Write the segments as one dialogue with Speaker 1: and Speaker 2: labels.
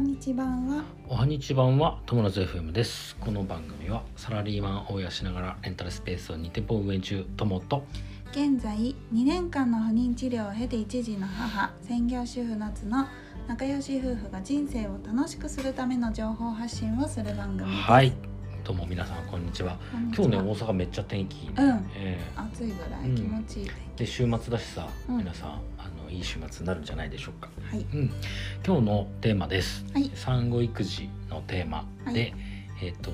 Speaker 1: 日版は
Speaker 2: おはにちばんは友達 FM ですこの番組はサラリーマンを養しながらレンタルスペースを2店舗運営中友と
Speaker 1: 現在2年間の不妊治療を経て一児の母専業主婦夏の仲良し夫婦が人生を楽しくするための情報発信をする番組です、
Speaker 2: はいどうも皆さんこんにちは
Speaker 1: こんにち
Speaker 2: 今
Speaker 1: は
Speaker 2: 日ね大阪めっちゃ天気いいね、
Speaker 1: うん
Speaker 2: え
Speaker 1: 暑いぐら
Speaker 2: う
Speaker 1: い
Speaker 2: ん
Speaker 1: 気持ちいい天
Speaker 2: えで週末だしさ、
Speaker 1: うん
Speaker 2: 皆さんあのいい週末になるんじゃないでしょうか
Speaker 1: 気、はい
Speaker 2: うん今日のテーマです、
Speaker 1: はい
Speaker 2: 産後育児のテーマで、
Speaker 1: はい
Speaker 2: えっ、と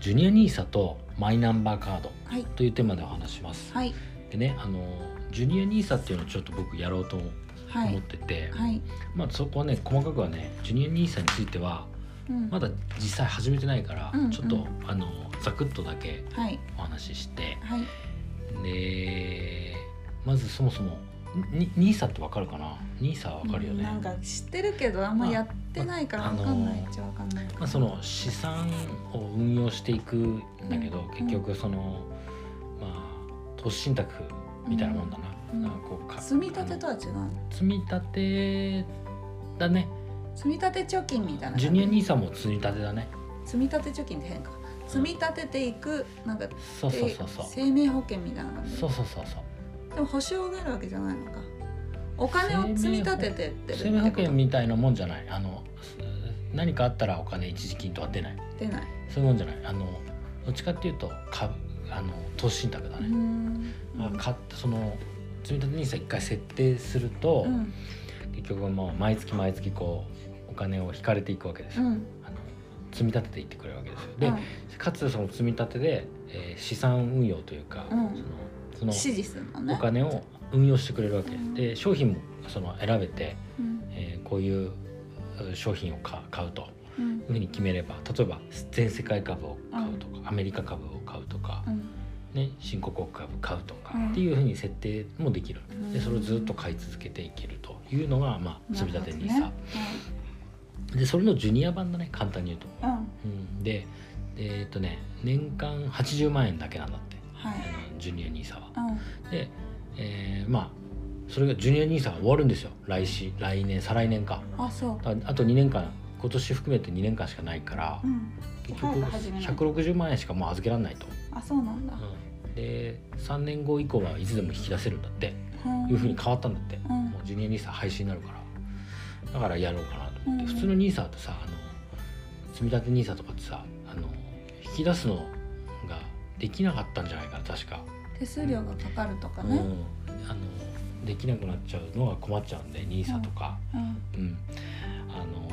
Speaker 2: ジュニアニーサとマイナンバーカード
Speaker 1: はい
Speaker 2: というテーマでお話します、
Speaker 1: はい
Speaker 2: でねあのジュニアニーサっていうのをちょっと僕やろうと
Speaker 1: は
Speaker 2: 思っ
Speaker 1: い
Speaker 2: てて、
Speaker 1: はい、
Speaker 2: まあそこはね細かくはねジュニアニーサについては
Speaker 1: うん、
Speaker 2: まだ実際始めてないから、
Speaker 1: うんうん
Speaker 2: ちょっとあのざくっとだけ
Speaker 1: はい
Speaker 2: お話しして
Speaker 1: はい
Speaker 2: でまずそもそもにニーサってわかるかなニーサはわかるよね、
Speaker 1: なんか知ってるけどあんまやってないから
Speaker 2: まあ
Speaker 1: わかんな
Speaker 2: あ
Speaker 1: い
Speaker 2: のー
Speaker 1: っちゃわかんないかな
Speaker 2: まあ、その資産を運用していくんだけど、
Speaker 1: うん
Speaker 2: 結局そのまあ投資信託みたいなもんだな,、
Speaker 1: うん
Speaker 2: なんかこうか
Speaker 1: 積み立てとは違うの
Speaker 2: 積み立てだね
Speaker 1: 積み立て貯金みたいな
Speaker 2: ジュニアニーサも積み立てだね
Speaker 1: 積み立て貯金って変か積み立てていくなんか
Speaker 2: そうそうそうそう
Speaker 1: 生命保険みたいな感じ
Speaker 2: そうそうそうそう
Speaker 1: でも保証があるわけじゃないのかお金を積み立ててってるって
Speaker 2: 生命保
Speaker 1: こと
Speaker 2: 険みたいなもんじゃないあのす何かあったらお金一時金とは出ない
Speaker 1: 出ない
Speaker 2: そういうもんじゃないあのどっちかっていうと株あの投資信託だ
Speaker 1: うー
Speaker 2: ね、
Speaker 1: ん
Speaker 2: まあ買ってその積み立て NISA 一回設定すると、
Speaker 1: うん
Speaker 2: 結局もう毎月毎月こうお金を引かれていくわけです
Speaker 1: う
Speaker 2: よ、
Speaker 1: ん
Speaker 2: あの積み立てていってくれるわけですよで、
Speaker 1: うん
Speaker 2: かつその積み立てで、えー資産運用というか、
Speaker 1: うん指
Speaker 2: そのその
Speaker 1: 示するのね
Speaker 2: お金を運用してくれるわけ、
Speaker 1: うん
Speaker 2: で商品もその選べて
Speaker 1: うん
Speaker 2: えーこういうえー商品をか買うと
Speaker 1: うん
Speaker 2: いうふうに決めれば例えば全世界株を買うとか、アメリカ株を買うとか
Speaker 1: う、ん
Speaker 2: ね、新興国株買うとか、
Speaker 1: うん
Speaker 2: っていうふうに設定もできる
Speaker 1: うん
Speaker 2: でそれをずっと買い続けていけるというのが、まあ、積み立て NISA、
Speaker 1: なる
Speaker 2: でそれのジュニア版だね簡単に言うと。
Speaker 1: ほどねうん
Speaker 2: うん、ででえっとね年間80万円だけなんだって
Speaker 1: は
Speaker 2: あ
Speaker 1: い
Speaker 2: のジュニア NISA は。
Speaker 1: うん
Speaker 2: で、えーまあそれがジュニア NISA が終わるんですよ来し来年再来年か。
Speaker 1: あそう
Speaker 2: ああと2年間今年含めて2年間しかないから、
Speaker 1: うん
Speaker 2: 結
Speaker 1: 早
Speaker 2: 局
Speaker 1: く始めない
Speaker 2: 160万円しかもう預けられないと、
Speaker 1: あそうなんだ
Speaker 2: うんで3年後以降はいつでも引き出せるんだって、
Speaker 1: うん
Speaker 2: いうふうに変わったんだって、
Speaker 1: うん
Speaker 2: もうジュニア NISA 廃止になるからだからやろうかなと思って、
Speaker 1: うん
Speaker 2: 普通の NISA ってさあの積み立て NISA とかってさあの引き出すのができなかったんじゃないかな確か、
Speaker 1: 手数料がかかるとか
Speaker 2: うん
Speaker 1: ね
Speaker 2: あのできなくなっちゃうのが困っちゃうんで NISA とか。
Speaker 1: うん
Speaker 2: うん、あの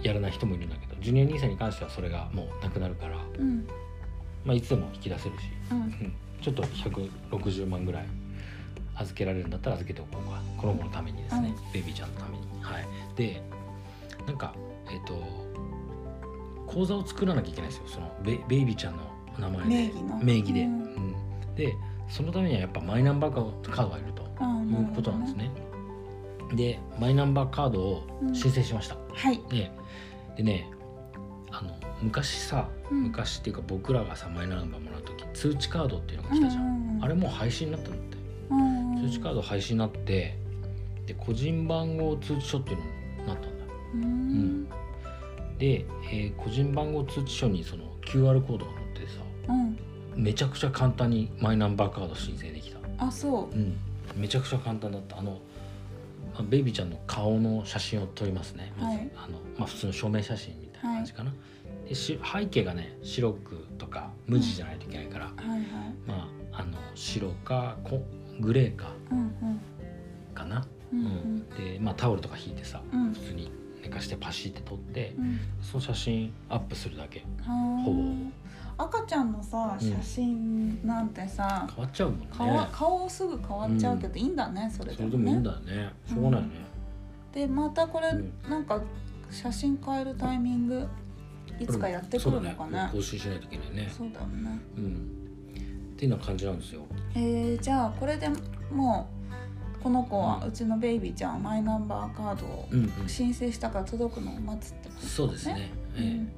Speaker 2: やらない人もいるんだけどジュニア兄さんに関してはそれがもうなくなるから、
Speaker 1: うん
Speaker 2: まあ、いつでも引き出せるし、
Speaker 1: うん
Speaker 2: うん、ちょっと160万ぐらい預けられるんだったら預けておこうかこの子のためにですね、ベビーちゃんのために。はい、でなんかえっ、と口座を作らなきゃいけないんですよそのベベイビーちゃんの名前で
Speaker 1: 名義の
Speaker 2: で、
Speaker 1: う
Speaker 2: うんんでそのためにはやっぱマイナンバーカードがいると
Speaker 1: あー
Speaker 2: い
Speaker 1: なる
Speaker 2: う
Speaker 1: ほ
Speaker 2: こと
Speaker 1: ど
Speaker 2: なんです
Speaker 1: ね
Speaker 2: ね。でマイナンバーカードを申請しました。
Speaker 1: はい
Speaker 2: ねでねあの昔さ
Speaker 1: うん
Speaker 2: 昔っていうか僕らがさマイナンバーもらう時通知カードっていうのが来たじゃん、
Speaker 1: ん
Speaker 2: あれもう廃止になったんだって、通知カード廃止になってで個人番号通知書っていうのになったんだ
Speaker 1: うんうん
Speaker 2: で、えー個人番号通知書にその QR コードが載ってさ
Speaker 1: うん
Speaker 2: めちゃくちゃ簡単にマイナンバーカード申請できた
Speaker 1: あそう
Speaker 2: うんめちゃくちゃ簡単だったあのまあベイビーちゃんの顔の写真を撮りますね、まず
Speaker 1: はい
Speaker 2: あのまあ、普通の証明写真みたいな感じかな、でし背景がね白くとか無地じゃないといけないから、
Speaker 1: はいはい
Speaker 2: まああの白かこグレーか
Speaker 1: うん
Speaker 2: かな、
Speaker 1: う
Speaker 2: うん
Speaker 1: んうん
Speaker 2: で、まあ、タオルとか引いてさ
Speaker 1: うんうん
Speaker 2: 普通に寝かしてパシって撮って
Speaker 1: うん
Speaker 2: その写真アップするだけ
Speaker 1: はあ
Speaker 2: ほ
Speaker 1: 赤ちゃんのさ
Speaker 2: うん
Speaker 1: 写真なんてさ、
Speaker 2: 変わっちゃうもんね
Speaker 1: 顔は顔すぐ変わっちゃうけど、いいんだねそれ
Speaker 2: そ
Speaker 1: で
Speaker 2: れ
Speaker 1: も
Speaker 2: でもいいん
Speaker 1: ね
Speaker 2: だよねしょうがないよね、
Speaker 1: でまたこれ、
Speaker 2: うん
Speaker 1: なんか写真変えるタイミングいつかやってくるのか
Speaker 2: そうだ
Speaker 1: ね
Speaker 2: 更新しないといけないね
Speaker 1: そうだよね
Speaker 2: うんっていうような感じなんですよ
Speaker 1: えー、じゃあこれでもうこの子は、うちのベイビーちゃんはマイナンバーカードを
Speaker 2: うんうん
Speaker 1: 申請したから届くのを待つってこと
Speaker 2: そうですね。え
Speaker 1: う
Speaker 2: え
Speaker 1: ん
Speaker 2: で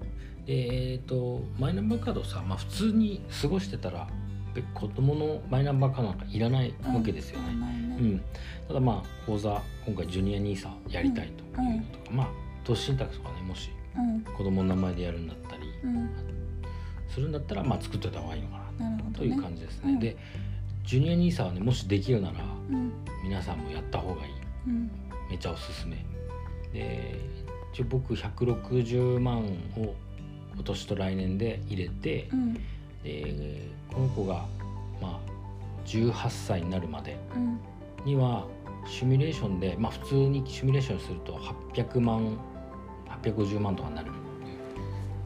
Speaker 2: えっ、とマイナンバーカードさ、まあ、普通に過ごしてたらべ子供のマイナンバーカードなんかいらないわけですよ
Speaker 1: うん
Speaker 2: ね。
Speaker 1: ないね
Speaker 2: うんただまあ口座今回ジュニア NISA やりたいというのとか、まあ投資信託とかねもし
Speaker 1: うん
Speaker 2: 子供の名前でやるんだったり
Speaker 1: うん
Speaker 2: するんだったら、まあ、作っておいた方がいいのかな
Speaker 1: なるほど
Speaker 2: という
Speaker 1: ね
Speaker 2: 感じですね。
Speaker 1: うん
Speaker 2: でジュニア NISA はねもしできるなら
Speaker 1: うん
Speaker 2: 皆さんもやった方がいい
Speaker 1: うん
Speaker 2: めちゃおすすめ。で一応僕160万を今年と来年で入れて、
Speaker 1: うん
Speaker 2: でこの子が、まあ、18歳になるまで
Speaker 1: うん
Speaker 2: にはシミュレーションで、まあ、普通にシミュレーションすると800万850万とかになる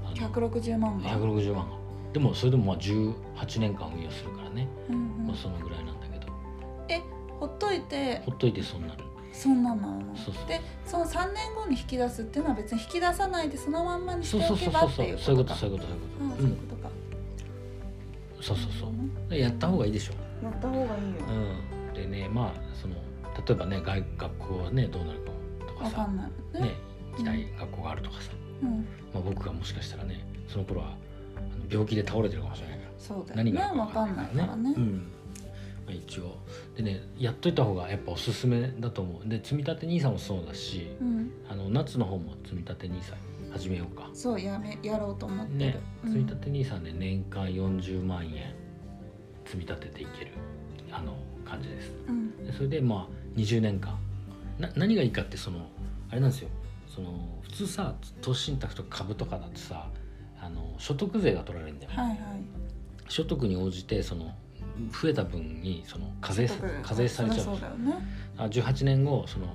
Speaker 2: あの
Speaker 1: 160万が
Speaker 2: 160万がでもそれでもまあ18年間運用するからね、
Speaker 1: うんう
Speaker 2: ま
Speaker 1: ん
Speaker 2: あ、そのぐらいなんだけど
Speaker 1: ほっといて
Speaker 2: ほっといてそうなる
Speaker 1: そんなの
Speaker 2: そうそう
Speaker 1: でその3年後に引き出すっていうのは別に引き出さないでそのまんまにし
Speaker 2: そう
Speaker 1: て
Speaker 2: そ
Speaker 1: お
Speaker 2: うそ
Speaker 1: け
Speaker 2: う
Speaker 1: ば
Speaker 2: そう
Speaker 1: っ
Speaker 2: そう
Speaker 1: ていう
Speaker 2: そういう
Speaker 1: こ
Speaker 2: ことと
Speaker 1: か
Speaker 2: そういうことそういう
Speaker 1: ああそういう
Speaker 2: こと、う
Speaker 1: んことか
Speaker 2: そうそうそうでやった方がいいでしょ
Speaker 1: やった方がいいよ
Speaker 2: うん、でねまあその例えばね外学校はねどうなるかとか
Speaker 1: わか
Speaker 2: さ
Speaker 1: んない
Speaker 2: ね行きたい学校があるとかさ、
Speaker 1: うん
Speaker 2: まあ、僕がもしかしたらねその頃はあの病気で倒れてるかもしれないから
Speaker 1: そうだよね
Speaker 2: 何がある
Speaker 1: わ
Speaker 2: か
Speaker 1: かん
Speaker 2: 分
Speaker 1: ない
Speaker 2: かんない
Speaker 1: か
Speaker 2: か
Speaker 1: ら
Speaker 2: らね
Speaker 1: ね
Speaker 2: うんまあ、一応でねやっといた方がやっぱおすすめだと思うで積み立て NISA もそうだし
Speaker 1: うん
Speaker 2: あの夏の方も積み立て NISA 始めようか
Speaker 1: そうやめやろうと思って
Speaker 2: ね
Speaker 1: る
Speaker 2: 積み立て NISA で年間40万円積み立てていけるあの感じです
Speaker 1: うん
Speaker 2: でそれでまあ20年間な何がいいかってそのあれなんですよその普通さ投資信託とか株とかだとさあの所得税が取られるんだよ、
Speaker 1: はいはい
Speaker 2: 所得に応じてその増えた分にその課税さ課税されちゃう
Speaker 1: そ
Speaker 2: ん
Speaker 1: りそう
Speaker 2: です
Speaker 1: だ
Speaker 2: よ
Speaker 1: よね
Speaker 2: あ18年後その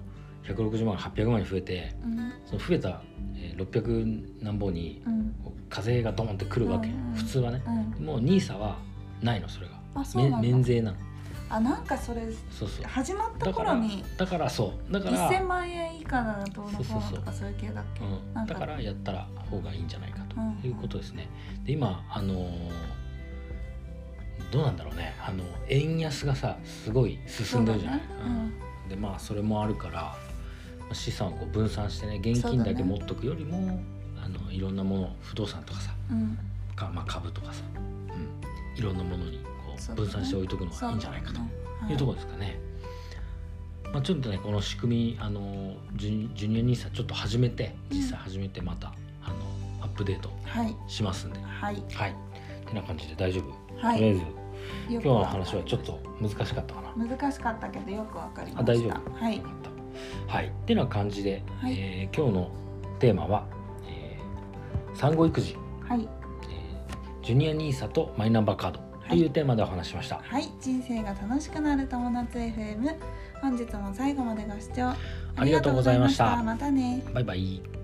Speaker 2: 160万800万に増えて
Speaker 1: うん
Speaker 2: その増えた、えー600何ぼに
Speaker 1: うん
Speaker 2: こう課税がドーンってくるわけ、
Speaker 1: うんうん
Speaker 2: 普通はね
Speaker 1: うん
Speaker 2: もう NISA はないのそれが
Speaker 1: あそう
Speaker 2: め
Speaker 1: なんだ
Speaker 2: 免税なの
Speaker 1: あなんかそれ
Speaker 2: そうそう
Speaker 1: 始まった
Speaker 2: だか
Speaker 1: 頃
Speaker 2: ら
Speaker 1: に
Speaker 2: だからそうだから
Speaker 1: 1000万円以下だとどうのこう
Speaker 2: そう
Speaker 1: の
Speaker 2: そ
Speaker 1: と
Speaker 2: うそ
Speaker 1: かそういう系だっけ
Speaker 2: う、
Speaker 1: なんん
Speaker 2: だ
Speaker 1: か
Speaker 2: からやったら方がいいんじゃないか
Speaker 1: うん
Speaker 2: ということですね。で今あのーどうなんだろうねあの円安がさすごい進んでるじゃない。
Speaker 1: そうだね
Speaker 2: うんでまあそれもあるからまあ資産をこう分散してね現
Speaker 1: そう
Speaker 2: 金
Speaker 1: だね
Speaker 2: だけ持っとくよりも、あのいろんなもの不動産とかさ
Speaker 1: うん
Speaker 2: か、まあ、株とかさ、うん、いろんなものにこ
Speaker 1: そううだね
Speaker 2: 分散して置いとくのがいいんじゃないかと。
Speaker 1: はい
Speaker 2: いうところですかね。まあ、ちょっとねこの仕組みあのジュニジュニアニーサちょっと始めて
Speaker 1: うん
Speaker 2: 実際始めてまた、あのアップデート
Speaker 1: はい
Speaker 2: しますんで
Speaker 1: はい
Speaker 2: はいてな感じで大丈夫、
Speaker 1: は
Speaker 2: とりあえ
Speaker 1: い
Speaker 2: ず
Speaker 1: 今
Speaker 2: 今日の話はちょっと難しかったかな。
Speaker 1: 難しかったけどよくわかりました
Speaker 2: あ大丈夫
Speaker 1: はい
Speaker 2: よかったはいてな感じで、
Speaker 1: はい
Speaker 2: えー今日のテーマは、えー産後育児、
Speaker 1: はい
Speaker 2: えージュニアニーサとマイナンバーカードというテーマでお話ししました。
Speaker 1: はい人生が楽しくなる友達 FM 本日も最後までご視聴
Speaker 2: ありがとうございました
Speaker 1: ありがとうございまたね
Speaker 2: バイバイ